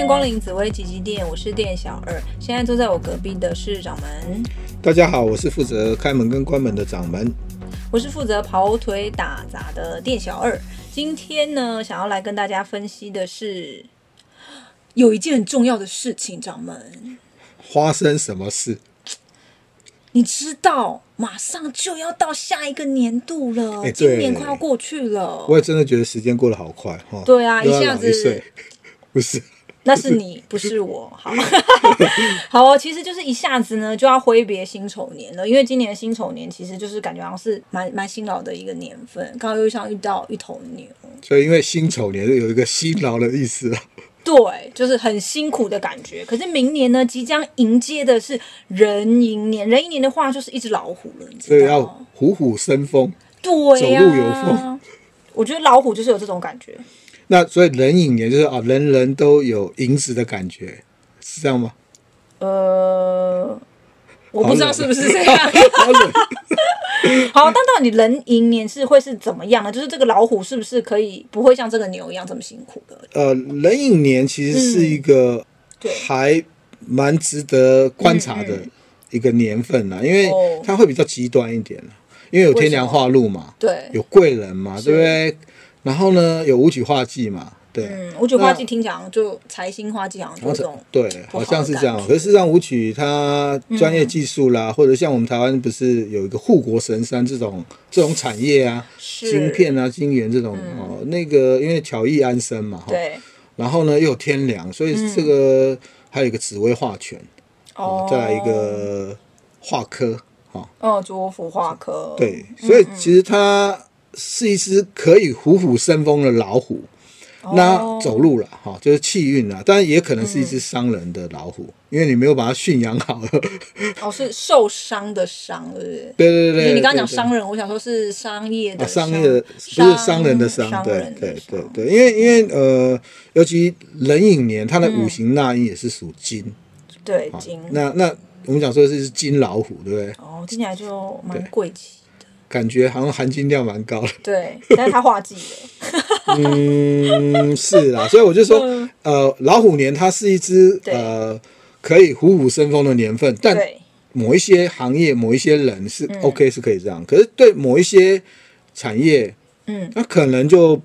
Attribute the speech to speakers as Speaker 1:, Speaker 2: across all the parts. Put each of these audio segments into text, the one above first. Speaker 1: 迎光临紫薇吉吉店，我是店小二。现在坐在我隔壁的是掌门，
Speaker 2: 大家好，我是负责开门跟关门的掌门。
Speaker 1: 我是负责跑腿打杂的店小二。今天呢，想要来跟大家分析的是有一件很重要的事情，掌门，
Speaker 2: 发生什么事？
Speaker 1: 你知道马上就要到下一个年度了，
Speaker 2: 哎对
Speaker 1: 今年快要过去了。
Speaker 2: 我也真的觉得时间过得好快哈。哦
Speaker 1: 对啊
Speaker 2: 又要
Speaker 1: 一下子
Speaker 2: 老岁 不是
Speaker 1: 那是你，不是我。 好，好哦。其实就是一下子呢就要挥别辛丑年了，因为今年辛丑年其实就是感觉好像是蛮蛮辛劳的一个年份，刚好又像遇到一头牛，
Speaker 2: 所以因为辛丑年有一个辛劳的意思啊。
Speaker 1: 对，就是很辛苦的感觉。可是明年呢，即将迎接的是壬寅年，壬寅年的话就是一只老虎了，你
Speaker 2: 所
Speaker 1: 知
Speaker 2: 以
Speaker 1: 道
Speaker 2: 要
Speaker 1: 吗？
Speaker 2: 虎虎生风。
Speaker 1: 对呀、
Speaker 2: 走路有风
Speaker 1: 我觉得老虎就是有这种感觉，
Speaker 2: 那所以壬寅年就是啊，人人都有银子的感觉，是这样吗？
Speaker 1: 呃，我不知道
Speaker 2: 好冷
Speaker 1: 是不是这样。
Speaker 2: 好冷
Speaker 1: 好，但到底人寅年是会是怎么样呢？就是这个老虎是不是可以不会像这个牛一样这么辛苦的？
Speaker 2: 呃，壬寅年其实是一个
Speaker 1: 嗯对嗯
Speaker 2: 还蛮值得观察的一个年份呐、因为
Speaker 1: 哦
Speaker 2: 它会比较极端一点啊因为有天梁化禄嘛，
Speaker 1: 对，
Speaker 2: 有贵人嘛，对不对？然后呢，有五举化忌嘛，对。
Speaker 1: 嗯，五九花季听起来好像就财星花季好像就
Speaker 2: 然
Speaker 1: 有
Speaker 2: 后
Speaker 1: 这
Speaker 2: 才
Speaker 1: 种
Speaker 2: 对，
Speaker 1: 不
Speaker 2: 好
Speaker 1: 好
Speaker 2: 像是
Speaker 1: 的
Speaker 2: 这样
Speaker 1: 感。觉嗯
Speaker 2: 可是让舞曲它专业技术啦，或者像我们台湾不是有一个护国神山这种这种产业啊，
Speaker 1: 是嗯
Speaker 2: 晶，片啊、晶圆这种、哦，那个因为巧艺安身嘛，哈，
Speaker 1: 对，嗯
Speaker 2: 然后呢又有天良，所以这个、还有一个紫薇化权，
Speaker 1: 哦，
Speaker 2: 再来一个化科，哦，
Speaker 1: 哦，竹腐化科，
Speaker 2: 对，所以其实它是一只可以虎虎生风的老虎，
Speaker 1: 哦，
Speaker 2: 那走路了哈、就是气运啦，当然也可能是一只伤人的老虎，因为你没有把它驯养好了。
Speaker 1: 哦是受伤的伤，对不对？
Speaker 2: 对对对
Speaker 1: 因为
Speaker 2: 对，
Speaker 1: 你刚刚
Speaker 2: 对
Speaker 1: 讲
Speaker 2: 对
Speaker 1: 商人，我想说是商业的
Speaker 2: 啊，商
Speaker 1: 商
Speaker 2: 业的不是商人的商，
Speaker 1: 商
Speaker 2: 对
Speaker 1: 人的
Speaker 2: 对对
Speaker 1: 商
Speaker 2: 对，因为因为呃，尤其壬寅年，它的五行纳音也是属金，
Speaker 1: 对金
Speaker 2: 那那我们讲说这是金老虎，对不对？
Speaker 1: 哦，听起来就蛮贵气的，
Speaker 2: 感觉好像含金量蛮高的。
Speaker 1: 对，但是他化忌了。
Speaker 2: 嗯，是啦，所以我 就说，呃，老虎年它是一只
Speaker 1: 嗯对
Speaker 2: 呃可以虎虎生风的年份， 但
Speaker 1: 对，嗯
Speaker 2: 某一些行业、某一些人是 OK 是可以这样，可是对某一些产业，
Speaker 1: 嗯，
Speaker 2: 那可能就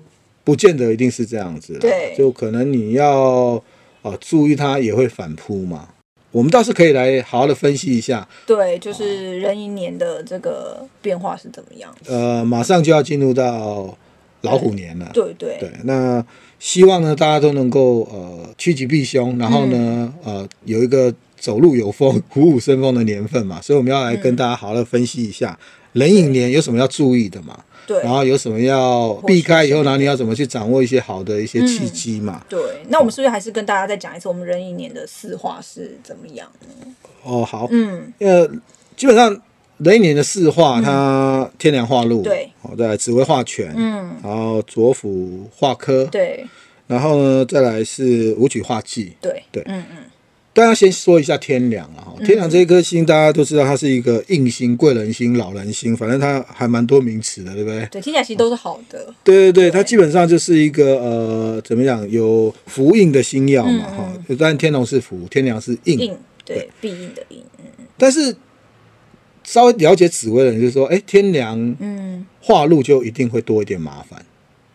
Speaker 2: 不见得一定是这样子啦，
Speaker 1: 对
Speaker 2: 就可能你要啊注意它也会反扑嘛。我们倒是可以来好好的分析一下，
Speaker 1: 对，就是壬寅年的这个变化是怎么样？
Speaker 2: 呃，马上就要进入到老虎年了，
Speaker 1: 对对
Speaker 2: 对，那希望呢大家都能够呃趋吉避凶，然
Speaker 1: 嗯
Speaker 2: 后呢、呃有一个走路有风、 虎虎生风的年份嘛，所以我们要来跟大家好好的分析一下壬寅年有什么要注意的嘛，
Speaker 1: 嗯对
Speaker 2: 然后有什么要避开以后，然后你要怎么去掌握一些好的一些契机嘛。
Speaker 1: 对，那我们是不是还是跟大家再讲一次，我们壬寅年的四化是怎么样呢？
Speaker 2: 哦，好，
Speaker 1: 嗯，
Speaker 2: 呃，基本上壬寅年的四化，它天梁化禄，
Speaker 1: 对，
Speaker 2: 好、哦再来紫薇化权，嗯，然后左辅化科，
Speaker 1: 对
Speaker 2: 然后呢再来是武曲化忌，
Speaker 1: 对
Speaker 2: 对
Speaker 1: 嗯嗯，
Speaker 2: 大家先说一下天梁啊，哈天梁这一颗星大家都知道，它是一个硬星、贵人星、老人星，反正它还蛮多名词的，对不对？
Speaker 1: 对，听起来其实都是好的，
Speaker 2: 对对对，它基本上就是一个呃，怎么讲，有福印的星耀嘛，
Speaker 1: 嗯
Speaker 2: 哈、但天龙是福，天梁是印，
Speaker 1: 印对必应的应，
Speaker 2: 但是稍微了解紫微的人就说，哎，天梁
Speaker 1: 嗯，
Speaker 2: 化禄就一定会多一点麻烦，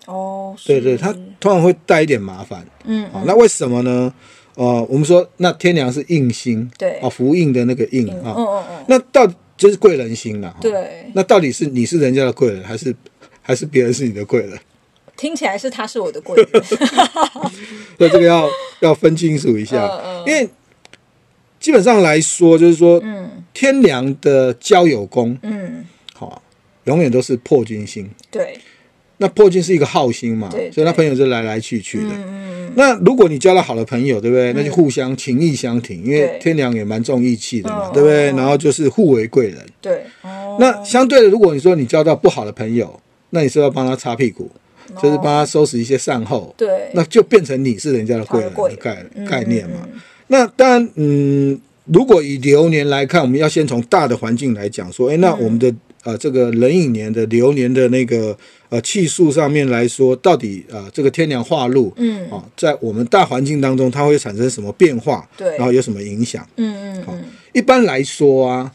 Speaker 1: 哦，
Speaker 2: 对
Speaker 1: 是
Speaker 2: 对，它通常会带一点麻烦，
Speaker 1: 嗯
Speaker 2: 啊、那为什么呢？呃，我们说那天梁是印星，
Speaker 1: 对
Speaker 2: 啊，福印的那个印
Speaker 1: 嗯
Speaker 2: 啊，
Speaker 1: 嗯嗯，
Speaker 2: 那到就是贵人心了。哈
Speaker 1: 对，
Speaker 2: 那到底是你是人家的贵人，还是还是别人是你的贵人？
Speaker 1: 听起来是他是我的贵人，
Speaker 2: 所以这个要要分清楚一下，
Speaker 1: 嗯嗯
Speaker 2: 因为基本上来说，就是说、
Speaker 1: 嗯
Speaker 2: 天良的交友宫，
Speaker 1: 嗯，
Speaker 2: 好、永远都是破军星。
Speaker 1: 对，
Speaker 2: 那破军是一个耗星嘛，
Speaker 1: 对
Speaker 2: 所以他
Speaker 1: 对
Speaker 2: 朋友就来来去去的。
Speaker 1: 嗯嗯嗯
Speaker 2: 那如果你交了好的朋友，对不对？那就互相情义相挺，因为
Speaker 1: 对
Speaker 2: 天良也蛮重义气的嘛，
Speaker 1: 嗯
Speaker 2: 对不对？
Speaker 1: 嗯嗯
Speaker 2: 然后就是互为贵人。
Speaker 1: 对，哦，
Speaker 2: 那相对的，如果你说你交到不好的朋友，那你是要帮他擦屁股，就是帮他收拾一些善后，
Speaker 1: 哦对，
Speaker 2: 那就变成你是人家的贵人
Speaker 1: 他的贵
Speaker 2: 的概
Speaker 1: 嗯
Speaker 2: 概念嘛。那当然，嗯，如果以流年来看，我们要先从大的环境来讲，说，哎，那我们的呃这个壬寅年的流年的那个呃气数上面来说，到底呃这个天梁化禄，
Speaker 1: 嗯
Speaker 2: 哦，在我们大环境当中，它会产生什么变化？
Speaker 1: 对
Speaker 2: 然后有什么影响？
Speaker 1: 嗯嗯嗯，
Speaker 2: 一般来说啊，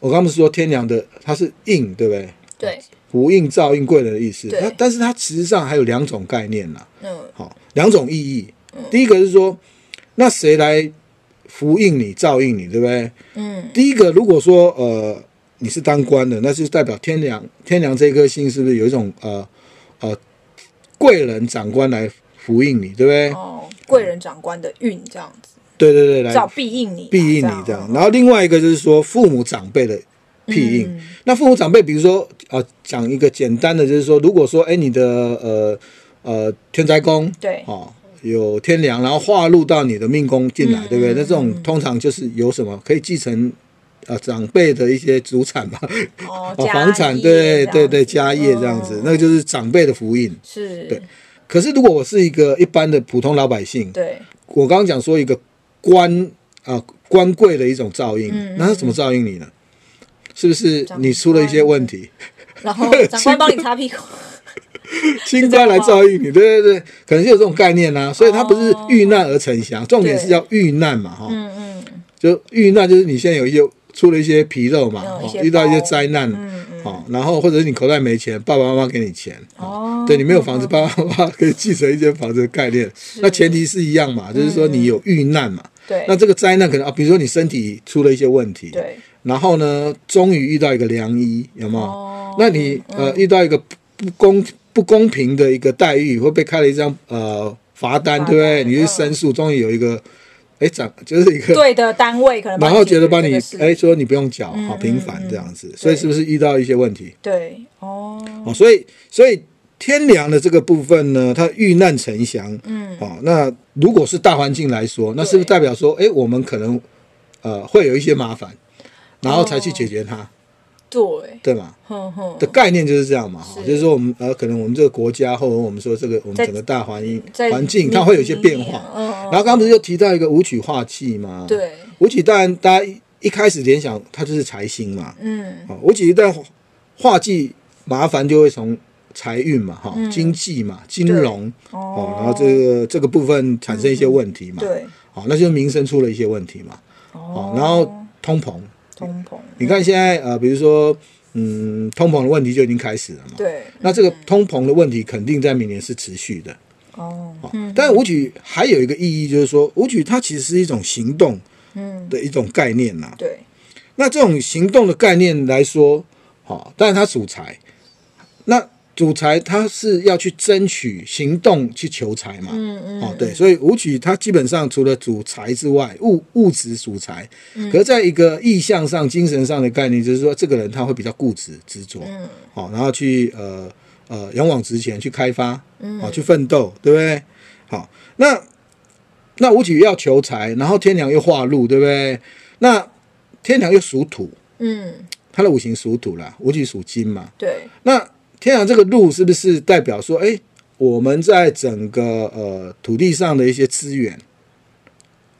Speaker 2: 我刚不是说天梁的它是印，对不对？
Speaker 1: 对，
Speaker 2: 福印照应贵人的意思。
Speaker 1: 对
Speaker 2: 那但是它实际上还有两种概念啦，
Speaker 1: 嗯
Speaker 2: 好、两种意义。第一个是说，那谁来福印你、照应你，对不对？
Speaker 1: 嗯
Speaker 2: 第一个，如果说呃你是当官的，那就代表天梁天梁这一颗星是不是有一种呃呃贵人长官来福印你，对不对？
Speaker 1: 哦，贵人长官的运这样子，
Speaker 2: 对对对，来
Speaker 1: 叫必应你嘛，
Speaker 2: 庇哎应你这样。然后另外一个就是说父母长辈的庇应。
Speaker 1: 嗯
Speaker 2: 那父母长辈，比如说呃，讲一个简单的，就是说，如果说哎你的呃呃天灾宫
Speaker 1: 对
Speaker 2: 哦有天梁，然后化入到你的命宫进
Speaker 1: 嗯
Speaker 2: 来，对不对？那这种通常就是有什么可以继承。呃，长辈的一些主产吧，
Speaker 1: 哦，
Speaker 2: 哦，
Speaker 1: 家
Speaker 2: 房产，
Speaker 1: 业
Speaker 2: 对
Speaker 1: 这样
Speaker 2: 对
Speaker 1: 子哦
Speaker 2: 对，家业这样子，那个就是长辈的福印。
Speaker 1: 是，
Speaker 2: 对可是如果我是一个一般的普通老百姓，
Speaker 1: 对
Speaker 2: 我刚刚讲说一个官啊、官贵的一种照应，
Speaker 1: 嗯
Speaker 2: 那他怎么照应你呢？是不是你出了一些 问题，
Speaker 1: 然 后长官帮你擦屁股，
Speaker 2: 清官来照应你？对对对，可能就有这种概念啦、所以它不是遇难而成祥，重点是要遇难嘛，哈、
Speaker 1: 哦嗯嗯，
Speaker 2: 就遇难就是你现在有一些出了一些纰漏嘛，
Speaker 1: 嗯
Speaker 2: 哦
Speaker 1: 一些
Speaker 2: 遇到一些
Speaker 1: 包
Speaker 2: 灾难，
Speaker 1: 嗯
Speaker 2: 哦，然后或者是你口袋没钱，爸爸妈妈给你钱，
Speaker 1: 哦，
Speaker 2: 对你没有房子，爸爸妈妈可以继承一间房子的概念，那前提是一样嘛，就是
Speaker 1: 嗯
Speaker 2: 说你有遇难嘛。
Speaker 1: 对
Speaker 2: 那这个灾难可能啊，比如说你身体出了一些问题，
Speaker 1: 对，
Speaker 2: 然后呢，终于遇到一个良医，有没有？
Speaker 1: 哦
Speaker 2: 那你呃遇到一个不不公不公平的一个待遇，会被开了一张呃罚单，
Speaker 1: 罚单
Speaker 2: 对不对？你去
Speaker 1: 嗯
Speaker 2: 申诉，终于有一个哎长就是一个
Speaker 1: 对的单位可能帮
Speaker 2: 然
Speaker 1: 你
Speaker 2: 后
Speaker 1: 解
Speaker 2: 觉得帮
Speaker 1: 这
Speaker 2: 你
Speaker 1: 个事嗯
Speaker 2: 哎说你不用缴，好频繁这样子，所以是不是遇到一些问题？
Speaker 1: 对哦，
Speaker 2: 哦，所以所以天良的这个部分呢，它遇难成祥，嗯，哦，那如果是大环境来说，那是不是
Speaker 1: 对
Speaker 2: 代表说，哎，我们可能呃会有一些麻烦，然后才去解决它，
Speaker 1: 哦对，
Speaker 2: 对吗？
Speaker 1: 哼哼
Speaker 2: 的，概念就是这样嘛，哈，
Speaker 1: 是
Speaker 2: 就是说我们呃，可能我们这个国家，或者我们说这个我们
Speaker 1: 在
Speaker 2: 整个大环境
Speaker 1: 在
Speaker 2: 环境，
Speaker 1: 你
Speaker 2: 它会有一些变
Speaker 1: 你
Speaker 2: 化
Speaker 1: 啊。嗯嗯
Speaker 2: 然后刚刚不是又提到一个武曲化气吗？，
Speaker 1: 对，
Speaker 2: 武曲当然大家一一开始联想它就是财星嘛，
Speaker 1: 嗯
Speaker 2: 哦，我姐一旦化忌麻烦就会从财运嘛，哈、
Speaker 1: 嗯
Speaker 2: 经济嘛，金融哦，然后这个这个部分产生一些问题嘛，
Speaker 1: 嗯对，
Speaker 2: 好、那就是民生出了一些问题嘛，哦，然后通膨，
Speaker 1: 通膨，
Speaker 2: 你看现在呃，比如说嗯，通膨的问题就已经开始了嘛，
Speaker 1: 对
Speaker 2: 那这个通膨的问题肯定在明年是持续的，
Speaker 1: 哦，
Speaker 2: 哦，但是武举还有一个意义就是说，武举它其实是一种行动
Speaker 1: 嗯
Speaker 2: 的一种概念呐、
Speaker 1: 对
Speaker 2: 那这种行动的概念来说，好、但是它主财，那主财它是要去争取行动去求财嘛，嗯嗯，哦对，所以武曲它基本上除了主财之外，物物质主财，可是在一个意向上、精神上的概念，就是说这个人他会比较固执执着，嗯，好、然后去呃呃勇往直前去开发，嗯，哦去奋斗，对不对？好，那那武曲要求财，然后天梁又化禄，对不对？那天梁又属土，
Speaker 1: 嗯
Speaker 2: 它的五行属土啦，五举属金嘛。
Speaker 1: 对
Speaker 2: 那天啊梁这个禄是不是代表说，哎、我们在整个呃土地上的一些资源，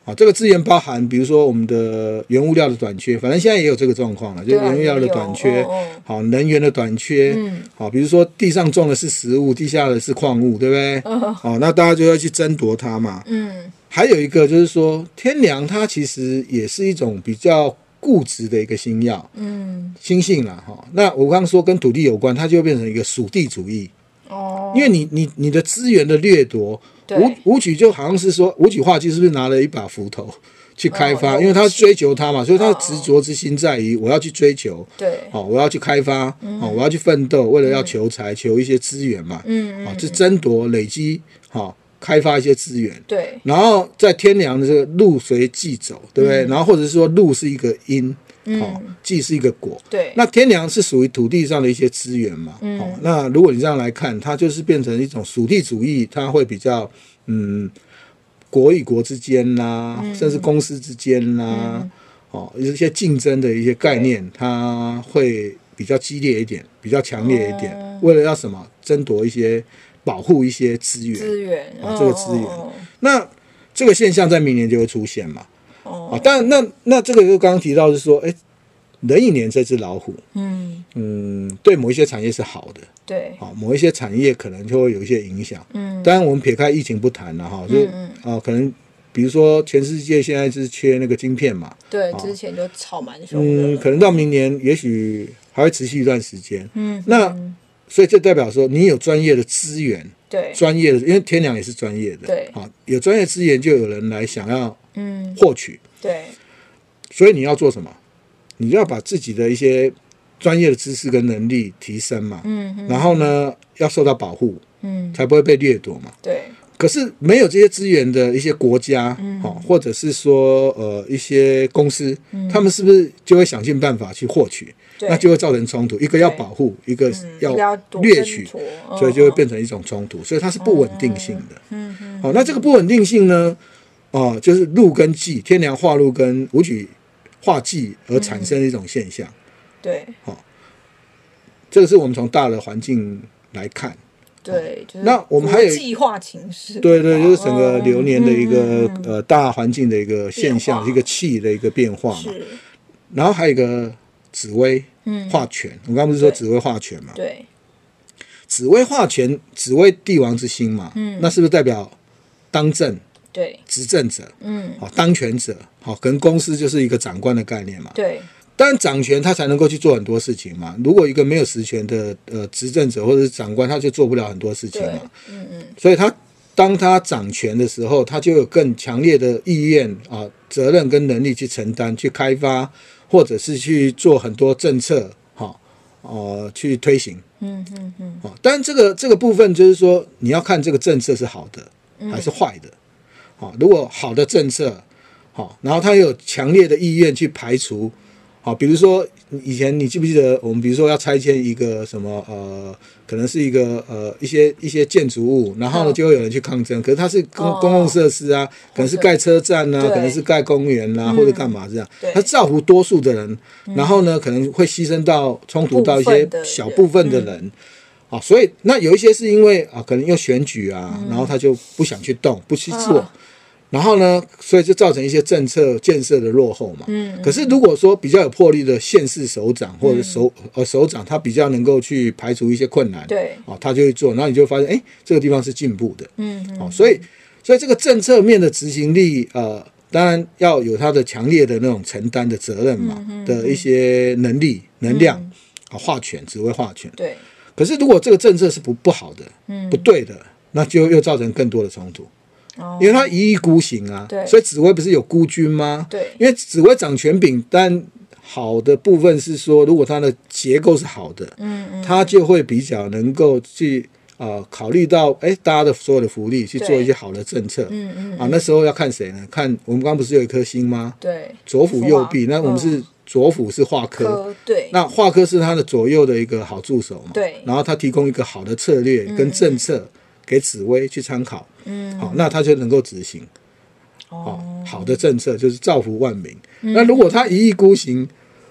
Speaker 2: 啊，这个资源包含比如说我们的原物料的短缺，反正现在也有这个状况了，就
Speaker 1: 对
Speaker 2: 是
Speaker 1: 啊
Speaker 2: 原物料的短缺
Speaker 1: 也有哦哦，
Speaker 2: 好、能源的短缺，
Speaker 1: 嗯
Speaker 2: 好、比如说地上种的是食物，地下的是矿物，对不对？好、那大家就要去争夺它嘛。
Speaker 1: 哦嗯
Speaker 2: 还有一个就是说，天梁它其实也是一种比较固执的一个星耀，
Speaker 1: 嗯
Speaker 2: 心性啦，哈。那我刚刚说跟土地有关，它就会变成一个属地主义，
Speaker 1: 哦，
Speaker 2: 因为你你你的资源的掠夺，
Speaker 1: 对
Speaker 2: 武武举就好像是说武举化忌是不是拿了一把斧头去开发？
Speaker 1: 哦
Speaker 2: 因为他追求它嘛，所以他的执着之心在于我要去追求，
Speaker 1: 对
Speaker 2: 哦，我要去开发，哦，我要去奋斗，为了要求财、求一些资源嘛，
Speaker 1: 嗯
Speaker 2: 哦，去争夺累积，哦，开发一些资源。
Speaker 1: 对
Speaker 2: 然后在天梁的这个路随即走，对不
Speaker 1: 嗯
Speaker 2: 对？然后或者是说路是一个因，哦，既是一个果。
Speaker 1: 对
Speaker 2: 那天梁是属于土地上的一些资源嘛，哦，那如果你这样来看，它就是变成一种属地主义，它会比较嗯，国与国之间啦、甚至公司之间啦、哦，有一些竞争的一些概念，它会比较激烈一点，比较强烈一点，为了要什么争夺一些保护一些资源，
Speaker 1: 资源嗯
Speaker 2: 哦这个资源那这个现象在明年就会出现嘛。
Speaker 1: 哦
Speaker 2: 啊，但那那这个就刚刚提到是说，哎，壬寅年这只老虎，
Speaker 1: 嗯，
Speaker 2: 嗯，对某一些产业是好的，
Speaker 1: 对，
Speaker 2: 好、某一些产业可能就会有一些影响。
Speaker 1: 嗯
Speaker 2: 当然，我们撇开疫情不谈了哈，就是啊、
Speaker 1: 嗯
Speaker 2: 可能比如说全世界现在是缺那个晶片嘛，
Speaker 1: 对，之前就吵蛮凶的
Speaker 2: 嗯，
Speaker 1: 了，
Speaker 2: 可能到明年也许还会持续一段时间。
Speaker 1: 嗯，
Speaker 2: 那所以这代表说你有专业的资源，
Speaker 1: 对，
Speaker 2: 专业的，因为天良也是专业的，
Speaker 1: 对
Speaker 2: 好、有专业资源就有人来想要
Speaker 1: 嗯，
Speaker 2: 获取，
Speaker 1: 对，
Speaker 2: 所以你要做什么？你要把自己的一些专业的知识跟能力提升嘛，
Speaker 1: 嗯嗯
Speaker 2: 然后呢，要受到保护，
Speaker 1: 嗯，
Speaker 2: 才不会被掠夺嘛。
Speaker 1: 对，
Speaker 2: 可是没有这些资源的一些国家，
Speaker 1: 嗯
Speaker 2: 哦，或者是说呃一些公司，他们是不是就会想尽办法去获取？
Speaker 1: 嗯对嗯
Speaker 2: 那就会造成冲突，一个要保护，一个
Speaker 1: 一个要夺
Speaker 2: 掠取
Speaker 1: 争夺，
Speaker 2: 所以
Speaker 1: 嗯
Speaker 2: 就会变成一种冲突，所以它是不稳定性的。
Speaker 1: 哦嗯嗯，
Speaker 2: 好、那这个不稳定性呢，哦、就是陆跟季，天梁化陆跟武举化季而产生的一种现象。
Speaker 1: 嗯对
Speaker 2: 这个是我们从大的环境来看，
Speaker 1: 对，就是
Speaker 2: 嗯那我们还有
Speaker 1: 国际化情势，
Speaker 2: 对对，就是整个流年的一
Speaker 1: 哦嗯
Speaker 2: 个、
Speaker 1: 嗯嗯
Speaker 2: 呃大环境的一个现
Speaker 1: 变
Speaker 2: 象，
Speaker 1: 化
Speaker 2: 一个气的一个变化嘛。
Speaker 1: 嗯是，
Speaker 2: 然后还有一个紫薇
Speaker 1: 嗯，
Speaker 2: 化权，我刚刚不是说
Speaker 1: 对
Speaker 2: 紫薇化权嘛？
Speaker 1: 对，
Speaker 2: 紫薇化权，紫薇帝王之星嘛，
Speaker 1: 嗯
Speaker 2: 那是不是代表当政
Speaker 1: 对，
Speaker 2: 执政者？
Speaker 1: 嗯，
Speaker 2: 好、当权者，好、可能公司就是一个长官的概念嘛。
Speaker 1: 对，
Speaker 2: 当然，掌权他才能够去做很多事情嘛。如果一个没有实权的呃执政者或者是长官，他就做不了很多事情
Speaker 1: 对
Speaker 2: 嘛。，所以他当他掌权的时候，他就有更强烈的意愿啊、责任跟能力去承担、去开发，或者是去做很多政策，哈、呃，去推行。
Speaker 1: 嗯嗯嗯，
Speaker 2: 哦，但这个这个部分就是说，你要看这个政策是好的
Speaker 1: 嗯
Speaker 2: 还是坏的。好、如果好的政策，好、然后他有强烈的意愿去排除，好、比如说以前你记不记得我们比如说要拆迁一个什么呃，可能是一个呃一些一些建筑物，然后呢
Speaker 1: 嗯
Speaker 2: 就会有人去抗争，可是它是公、
Speaker 1: 哦
Speaker 2: 公共设施啊，可能是盖车站啊，
Speaker 1: 对
Speaker 2: 可能是盖公园啦、或者干嘛这样
Speaker 1: 对，
Speaker 2: 它造福多数的人，然后呢可能会牺牲到冲突到一
Speaker 1: 部
Speaker 2: 些
Speaker 1: 分的
Speaker 2: 小
Speaker 1: 人
Speaker 2: 部分的人。啊，所以那有一些是因为啊，可能又选举啊，然后他就不想去动，不去做，
Speaker 1: 啊
Speaker 2: 然后呢，所以就造成一些政策建设的落后嘛。嗯。可是如果说比较有魄力的县市首长或者首、呃首长，他比较能够去排除一些困难，
Speaker 1: 对
Speaker 2: 哦，他就会做，然后你就会发现，哎，这个地方是进步的，
Speaker 1: 嗯
Speaker 2: 哦，所以所以这个政策面的执行力，呃，当然要有他的强烈的那种承担的责任嘛，的一些能力、能量啊、化权、职位化权。
Speaker 1: 对，
Speaker 2: 可是如果这个政策是不不好的，
Speaker 1: 嗯
Speaker 2: 不对的，那就又造成更多的冲突，
Speaker 1: 哦
Speaker 2: 因为他一意孤行啊。
Speaker 1: 对
Speaker 2: 所以紫薇不是有孤军吗？
Speaker 1: 对
Speaker 2: 因为紫薇掌权柄，但好的部分是说，如果它的结构是好的，
Speaker 1: 嗯
Speaker 2: 嗯，它就会比较能够去。呃，考虑到哎，大家的所有的福利去做
Speaker 1: 对
Speaker 2: 一些好的政策，
Speaker 1: 嗯嗯
Speaker 2: 啊，那时候要看谁呢？看我们刚刚不是有一颗星吗？
Speaker 1: 对，
Speaker 2: 左辅右弼，
Speaker 1: 辅啊
Speaker 2: 那我们是左辅是化科，
Speaker 1: 科对，
Speaker 2: 那华科是他的左右的一个好助手嘛，
Speaker 1: 对
Speaker 2: 然后他提供一个好的策略跟政策给紫薇去参考，
Speaker 1: 嗯，
Speaker 2: 好，那他就能够执行，
Speaker 1: 哦，嗯
Speaker 2: 好的政策就是造福万民。那如果他一意孤行，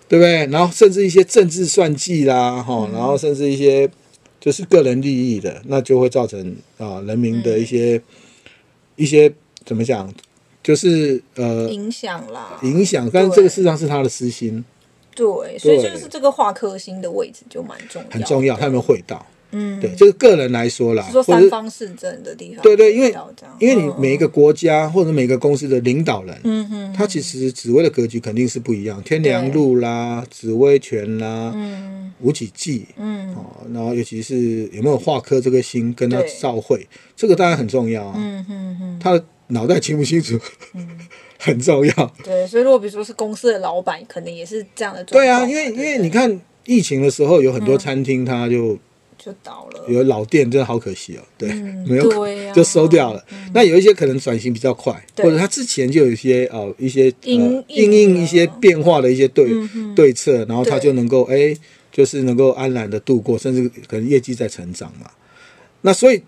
Speaker 2: 对不对？然后甚至一些政治算计啦，哈、
Speaker 1: 嗯
Speaker 2: 然后甚至一些就是个人利益的，那就会造成啊、人民的一些、
Speaker 1: 嗯
Speaker 2: 一些怎么讲，就是呃
Speaker 1: 影响啦，
Speaker 2: 影响，但是这个事实上是他的私心
Speaker 1: 对，所以就是这个画颗星的位置就蛮重要，
Speaker 2: 很重要，他有没有会到？
Speaker 1: 嗯，
Speaker 2: 对，就是个人来说啦，
Speaker 1: 说
Speaker 2: 或者
Speaker 1: 三
Speaker 2: 是
Speaker 1: 方市政的地方，
Speaker 2: 对对，因为
Speaker 1: 要这样
Speaker 2: 因为你每一个国家或者每个公司的领导人，
Speaker 1: 嗯嗯
Speaker 2: 他其实紫薇的格局肯定是不一样，天良
Speaker 1: 对
Speaker 2: 路啦、紫薇权啦、
Speaker 1: 嗯
Speaker 2: 吴己纪
Speaker 1: 嗯
Speaker 2: 哦，然后尤其是有没有化科这个星跟他
Speaker 1: 对
Speaker 2: 照会，这个当然很重要啊，
Speaker 1: 嗯嗯嗯，
Speaker 2: 他的脑袋清不清楚 很重要。
Speaker 1: 对，所以如果比如说是公司的老板，可能也是这样的状况，
Speaker 2: 对啊，因为因为你看疫情的时候，有很
Speaker 1: 嗯
Speaker 2: 多餐厅它就
Speaker 1: 就倒了，
Speaker 2: 有老店，真的好可惜哦。对，没有
Speaker 1: 对啊
Speaker 2: 就收掉了。那有一些可能转型比较快，
Speaker 1: 对
Speaker 2: 或者他之前就有一些呃一些呃
Speaker 1: 因应
Speaker 2: 应应
Speaker 1: 啊嗯
Speaker 2: 一些变化的一些对对策，然后他
Speaker 1: 对
Speaker 2: 就能够哎，就是能够安然的度过，甚至可能业绩在成长嘛。那所以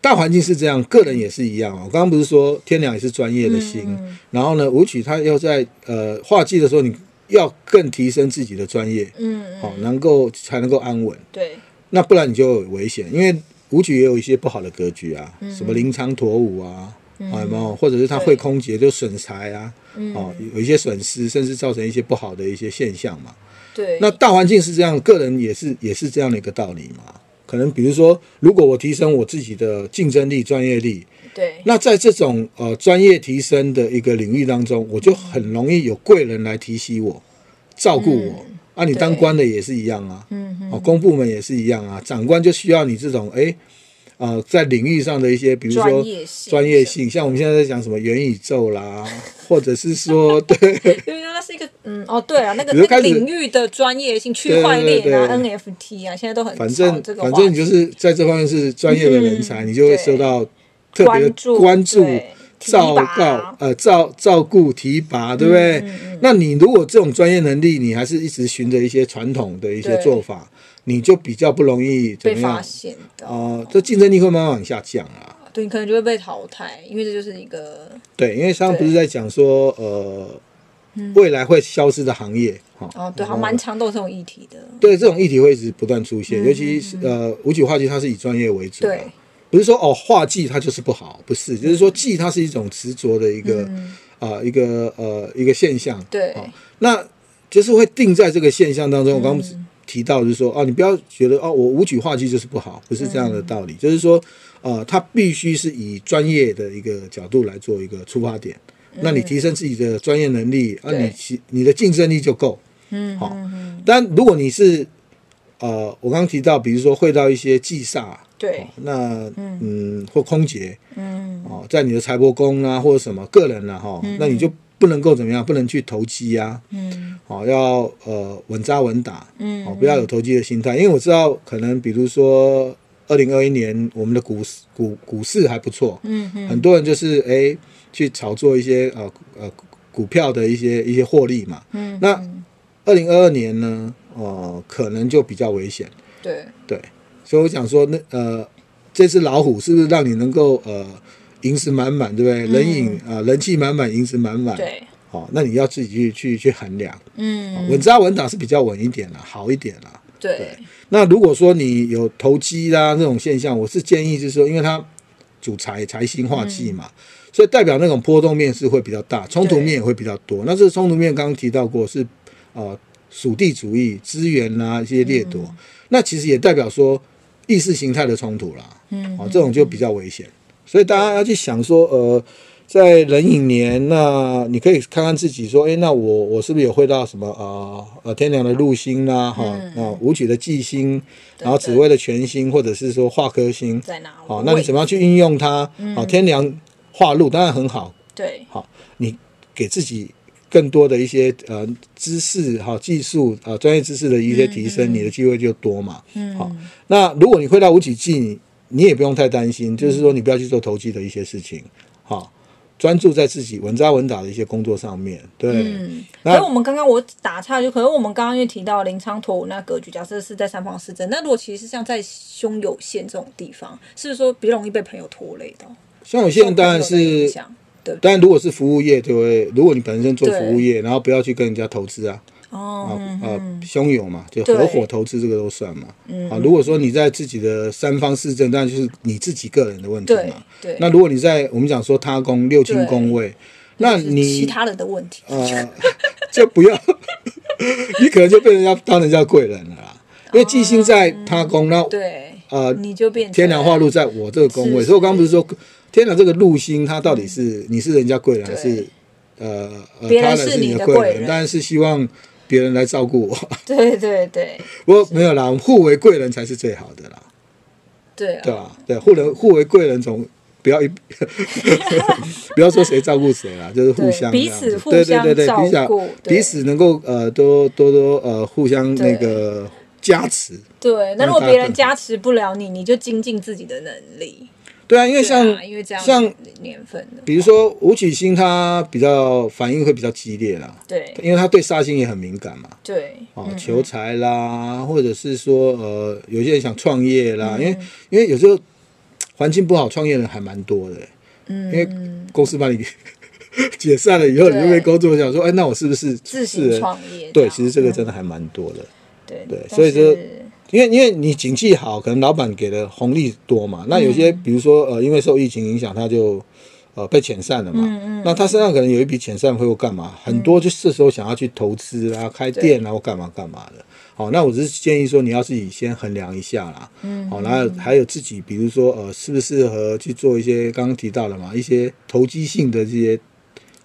Speaker 2: 大环境是这样，个人也是一样哦。我刚刚不是说天良也是专业的心，
Speaker 1: 嗯
Speaker 2: 然后呢，舞曲他要在呃画技的时候，你要更提升自己的专业，
Speaker 1: 嗯，
Speaker 2: 好、能够才能够安稳。
Speaker 1: 对，
Speaker 2: 那不然你就有危险，因为武举也有一些不好的格局啊，什么临场驮舞啊，啊，有没有？或者是他会空姐就损财啊，哦，有一些损失，甚至造成一些不好的一些现象嘛。
Speaker 1: 对，
Speaker 2: 那大环境是这样，个人也是也是这样的一个道理嘛。可能比如说，如果我提升我自己的竞争力、专业力，
Speaker 1: 对，
Speaker 2: 那在这种呃专业提升的一个领域当中，我就很容易有贵人来提携我、照顾我。啊，你当
Speaker 1: 嗯对
Speaker 2: 官的也是一样啊，
Speaker 1: 嗯
Speaker 2: 哦，公部门也是一样啊，长官就需要你这种哎，呃，在领域上的一些，比如说
Speaker 1: 专业性
Speaker 2: 专业性，像我们现在在讲什么元宇宙 啦，或者是说 对
Speaker 1: 因为那是一个嗯哦对啊，那个
Speaker 2: 你就
Speaker 1: 那个
Speaker 2: 开始
Speaker 1: 领域的专业性，区块
Speaker 2: 对对
Speaker 1: 链啊、
Speaker 2: 对
Speaker 1: NFT 啊，现在都很
Speaker 2: 反正
Speaker 1: 炒这个
Speaker 2: 反
Speaker 1: 话
Speaker 2: 正你
Speaker 1: 题
Speaker 2: 就是在这方面是专业的人才，
Speaker 1: 嗯
Speaker 2: 你就会受到特别
Speaker 1: 关
Speaker 2: 的
Speaker 1: 注
Speaker 2: 关注
Speaker 1: 对、提
Speaker 2: 照
Speaker 1: 拔啊嗯
Speaker 2: 告、呃照照顾、提拔，对不对？那你如果这种专业能力，你还是一直循着一些传统的一些
Speaker 1: 对
Speaker 2: 做法，你就比较不容易怎
Speaker 1: 被
Speaker 2: 么
Speaker 1: 发
Speaker 2: 样？
Speaker 1: 现的，
Speaker 2: 哦，这竞争力会慢慢往下降啊。
Speaker 1: 对你可能就会被淘汰，因为这就是一个
Speaker 2: 对，因为刚刚不
Speaker 1: 对
Speaker 2: 是在讲说，呃，未来会消失的行业，哈、
Speaker 1: 嗯哦对，
Speaker 2: 然
Speaker 1: 好
Speaker 2: 后
Speaker 1: 蛮强都有这种议题的，
Speaker 2: 对这种议题会一直不断出现，
Speaker 1: 嗯
Speaker 2: 尤其是呃，无酒话剧它是以专业为主、啊，
Speaker 1: 对，
Speaker 2: 不是说哦画技它就是不好，不是，就是说技它是一种执着的一个
Speaker 1: 嗯
Speaker 2: 啊、呃一个呃一个现象，
Speaker 1: 对
Speaker 2: 哦，那就是会定在这个现象当中。我刚刚不是
Speaker 1: 嗯
Speaker 2: 提到就是说哦，你不要觉得哦我舞曲画技就是不好，不是这样的道
Speaker 1: 嗯
Speaker 2: 理，就是说呃它必须是以专业的一个角度来做一个出发点。那你提升自己的专业能力，啊，
Speaker 1: 嗯对
Speaker 2: 你其你的竞争力就够，
Speaker 1: 嗯
Speaker 2: 好、但如果你是呃，我刚刚提到，比如说会到一些祭煞，
Speaker 1: 对，
Speaker 2: 那嗯，或空姐
Speaker 1: 嗯，
Speaker 2: 哦，在你的财帛宫啊，或者什么个人啊，哈、那你就不能够怎么样，不能去投机啊，
Speaker 1: 嗯，
Speaker 2: 哦，要呃稳扎稳打，嗯，哦，不要有投机的心态，因为我知道可能比如说二零二一年我们的股市股股市还不错，
Speaker 1: 嗯
Speaker 2: 嗯，很多人就是哎去炒作一些呃呃股票的一些一些获利嘛，嗯，那二零二二年呢，哦、可能就比较危险。
Speaker 1: 对，
Speaker 2: 对，所以我想说，那呃，这只老虎是不是让你能够呃银石满满，对不对？人影啊、呃人气满满，银石满满。，
Speaker 1: 嗯对，
Speaker 2: 好、那你要自己去去去衡量。
Speaker 1: 嗯，
Speaker 2: 稳扎稳打是比较稳一点啦，好一点啦。
Speaker 1: 对，
Speaker 2: 那如果说你有投机啦这种现象，我是建议就是说，因为它主财财星化忌嘛，所以代表那种波动面是会比较大，冲突
Speaker 1: 对
Speaker 2: 面也会比较多。那这个冲突面刚刚提到过是呃属地主义、资源啦、一些掠夺，那其实也代表说意识形态的冲突啦。嗯，哦，这种就比较危险，所以大家要去想说，呃。在壬寅年，那你可以看看自己说，哎、那我我是不是有会到什么啊呃天梁的禄星啦，哈、那武曲的忌星，然后紫薇的全星，或者是说化科星，
Speaker 1: 在哪？
Speaker 2: 好、那你怎
Speaker 1: 么
Speaker 2: 么样去运用它？好、天梁化禄当然很好，
Speaker 1: 对
Speaker 2: 好、你给自己更多的一些呃知识、好、技术啊、呃专业知识的一
Speaker 1: 嗯
Speaker 2: 些提升，你的机会就多嘛。嗯，好、那如果你会到五几技，你你也不用太担
Speaker 1: 嗯
Speaker 2: 心，就是说你不要去做投机的一些事情，好、专注在自己稳扎稳打的一些工作上面。对，
Speaker 1: 嗯
Speaker 2: 那
Speaker 1: 可是我们刚刚我打岔就，可是我们刚刚又提到临沧陀武那格局，假设是在三坊四正，那如果其实是像在胸有线这种地方，是不是说比较容易被朋友拖累到？
Speaker 2: 像我现在当然
Speaker 1: 受朋友的影
Speaker 2: 是。
Speaker 1: 响对不对？
Speaker 2: 当然，如果是服务业，就会如果你本身做服务业，然后不要去跟人家投资啊，
Speaker 1: 哦，
Speaker 2: 啊
Speaker 1: 嗯
Speaker 2: 啊，兄友嘛，就合伙投资这个都算嘛。啊，如果说你在自己的三方四正，当然就是你自己个人的问题
Speaker 1: 对
Speaker 2: 嘛。
Speaker 1: 对，
Speaker 2: 那如果你在我们讲说他宫六亲宫位，那
Speaker 1: 就是其
Speaker 2: 你
Speaker 1: 他人的问题，
Speaker 2: 呃 就不要，你可能就被人家当人家贵人了啦。因为忌星在他宫，那
Speaker 1: 哦对，
Speaker 2: 呃
Speaker 1: 你就变成
Speaker 2: 天梁化禄在我这个宫位，
Speaker 1: 是嗯
Speaker 2: 所以我刚刚不是说天梁这个禄星，它到底是你是人家贵人还
Speaker 1: 对
Speaker 2: 是呃呃
Speaker 1: 别人
Speaker 2: 他
Speaker 1: 是
Speaker 2: 是
Speaker 1: 你
Speaker 2: 的
Speaker 1: 的
Speaker 2: 贵
Speaker 1: 贵
Speaker 2: 人？
Speaker 1: 人
Speaker 2: 当然是希望别人来照顾我。
Speaker 1: 对对对
Speaker 2: 我没有啦，我们互为贵人才是最好的啦，
Speaker 1: 对
Speaker 2: 对
Speaker 1: 啊，
Speaker 2: 吧？对，互人互为贵人总不要一 不要说谁照顾 谁啦，就是互
Speaker 1: 对
Speaker 2: 相
Speaker 1: 彼
Speaker 2: 这样
Speaker 1: 此
Speaker 2: 子
Speaker 1: 互
Speaker 2: 对对
Speaker 1: 相
Speaker 2: 对对，
Speaker 1: 照
Speaker 2: 彼此
Speaker 1: 顾对
Speaker 2: 彼此能够呃多多多呃互相那个加持。
Speaker 1: 对。那如
Speaker 2: 让
Speaker 1: 果
Speaker 2: 大家
Speaker 1: 别人
Speaker 2: 更
Speaker 1: 加持不了你，你就精进自己的能力。
Speaker 2: 对啊，因为像、
Speaker 1: 对啊因为这样
Speaker 2: 像
Speaker 1: 年份的，
Speaker 2: 比如说吴曲星，它比较反应会比较激烈啦，
Speaker 1: 对
Speaker 2: 因为它对煞星也很敏感嘛。
Speaker 1: 对
Speaker 2: 哦，求财啦，或者是说呃，有些人想创业
Speaker 1: 嗯
Speaker 2: 啦，因为因为有时候环境不好，创业人还蛮多的、嗯，因为公司把你 解散了以后，你就没
Speaker 1: 对
Speaker 2: 工作，想说，哎，那我是不是
Speaker 1: 自
Speaker 2: 是
Speaker 1: 行
Speaker 2: 人
Speaker 1: 创业这
Speaker 2: 对，
Speaker 1: 样，嗯
Speaker 2: 其实这个真的还蛮多的，
Speaker 1: 对
Speaker 2: 对
Speaker 1: 但
Speaker 2: 所以就是因为因为你景气嗯好，可能老板给的红利多嘛，那有些比如说呃，因为受疫情影响，他就呃被遣散了嘛，嗯嗯嗯那他身上可能有一笔遣散费或干嘛，很多就是时候想要去投资啊、开店啊或干嘛干嘛的。好，那我只是建议说，你要自己先衡量一下啦。嗯，好，然后还有自己，比如说呃，适不适合去做一些刚刚提到的嘛，一些投机性的这些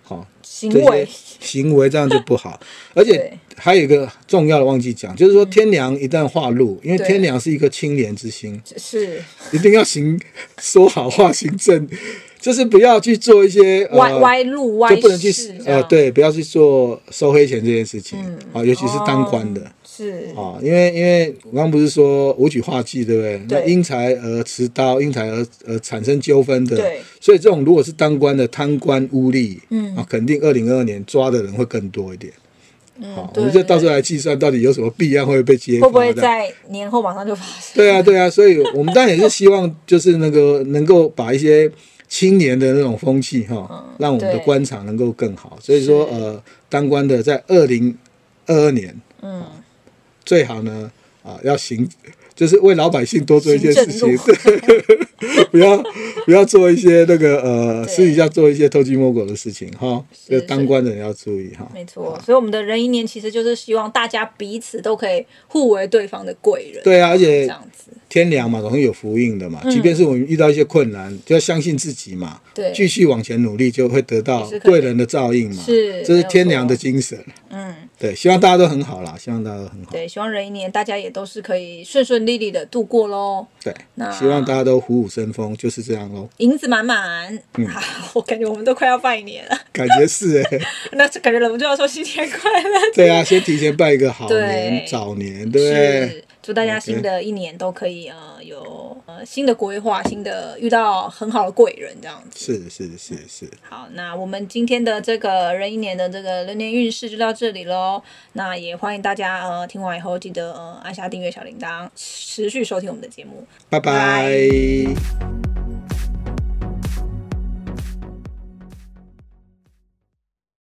Speaker 2: 好
Speaker 1: 行
Speaker 2: 这些
Speaker 1: 为，
Speaker 2: 行为，这样就不 好。而且
Speaker 1: 对
Speaker 2: 还有一个重要的忘记讲，就是说天良一旦化禄，因为
Speaker 1: 对
Speaker 2: 天良是一个清廉之心，
Speaker 1: 是
Speaker 2: 一定要行说好话，行正， 就是不要去做一些呃
Speaker 1: 歪歪路歪
Speaker 2: 就
Speaker 1: 事，
Speaker 2: 不能去
Speaker 1: 这
Speaker 2: 呃
Speaker 1: 样，嗯
Speaker 2: 对，不要去做收黑钱这件事情啊、尤其是当官的。
Speaker 1: 是
Speaker 2: 啊，因为因为我刚刚不是说武举化忌，对不对？那
Speaker 1: 对
Speaker 2: 因财而持刀，因财而而产生纠纷的，
Speaker 1: 对
Speaker 2: 所以这种如果是当官的贪官污吏，嗯啊，肯定二零二二年抓的人会更多一点。好，我
Speaker 1: 嗯对
Speaker 2: 们就到时候来计算到底有什么弊案会被揭发，
Speaker 1: 会不会
Speaker 2: 这样
Speaker 1: 在年后马上就发生？
Speaker 2: 对啊，对啊，所以我们当然也是希望，就是那个能够把一些青年的那种风气哈，让我们的
Speaker 1: 嗯对
Speaker 2: 官场能够更好。所以说，呃，当官的在二零二二年，嗯，最好呢啊、要行，就是为老百姓多做一件事情
Speaker 1: 行，政
Speaker 2: 不要不要做一些那个呃
Speaker 1: 对
Speaker 2: 私底下做一些偷鸡摸狗的事情哈。
Speaker 1: 是
Speaker 2: 就当官的人要注意哈。
Speaker 1: 没错，所以我们的人一年其实就是希望大家彼此都可以互为对方的贵人，
Speaker 2: 对啊，而
Speaker 1: 这
Speaker 2: 且
Speaker 1: 样子
Speaker 2: 天良嘛，总是有福应的
Speaker 1: 嗯
Speaker 2: 嘛。即便是我们遇到一些困难，就要相信自己嘛，
Speaker 1: 对
Speaker 2: 继续往前努力，就会得到
Speaker 1: 也是可以
Speaker 2: 贵人的照应嘛。
Speaker 1: 是
Speaker 2: 这
Speaker 1: 没
Speaker 2: 是
Speaker 1: 有
Speaker 2: 天
Speaker 1: 错
Speaker 2: 良的精神。
Speaker 1: 嗯，
Speaker 2: 对，希望大家都很好啦，希望大家都很好。
Speaker 1: 对，希望人一年大家也都是可以顺顺利利的度过喽，
Speaker 2: 对
Speaker 1: 那，
Speaker 2: 希望大家都虎虎生风，就是这样喽。
Speaker 1: 银子满满。
Speaker 2: 嗯
Speaker 1: 好，我感觉我们都快要拜年了，
Speaker 2: 感觉是 哎、欸，
Speaker 1: 那就感觉忍不住要说新年快乐。
Speaker 2: 对啊，先提前拜一个好
Speaker 1: 对
Speaker 2: 年早年，对不对？
Speaker 1: 是，祝大家
Speaker 2: OK
Speaker 1: 新的一年都可以呃有呃新的规划，新的遇到很好的贵人这样子。
Speaker 2: 是是是是，
Speaker 1: 好，那我们今天的这个壬一年的这个流年运势就到这里喽。那也欢迎大家呃听完以后记得呃按下订阅小铃铛，持续收听我们的节目。
Speaker 2: 拜拜。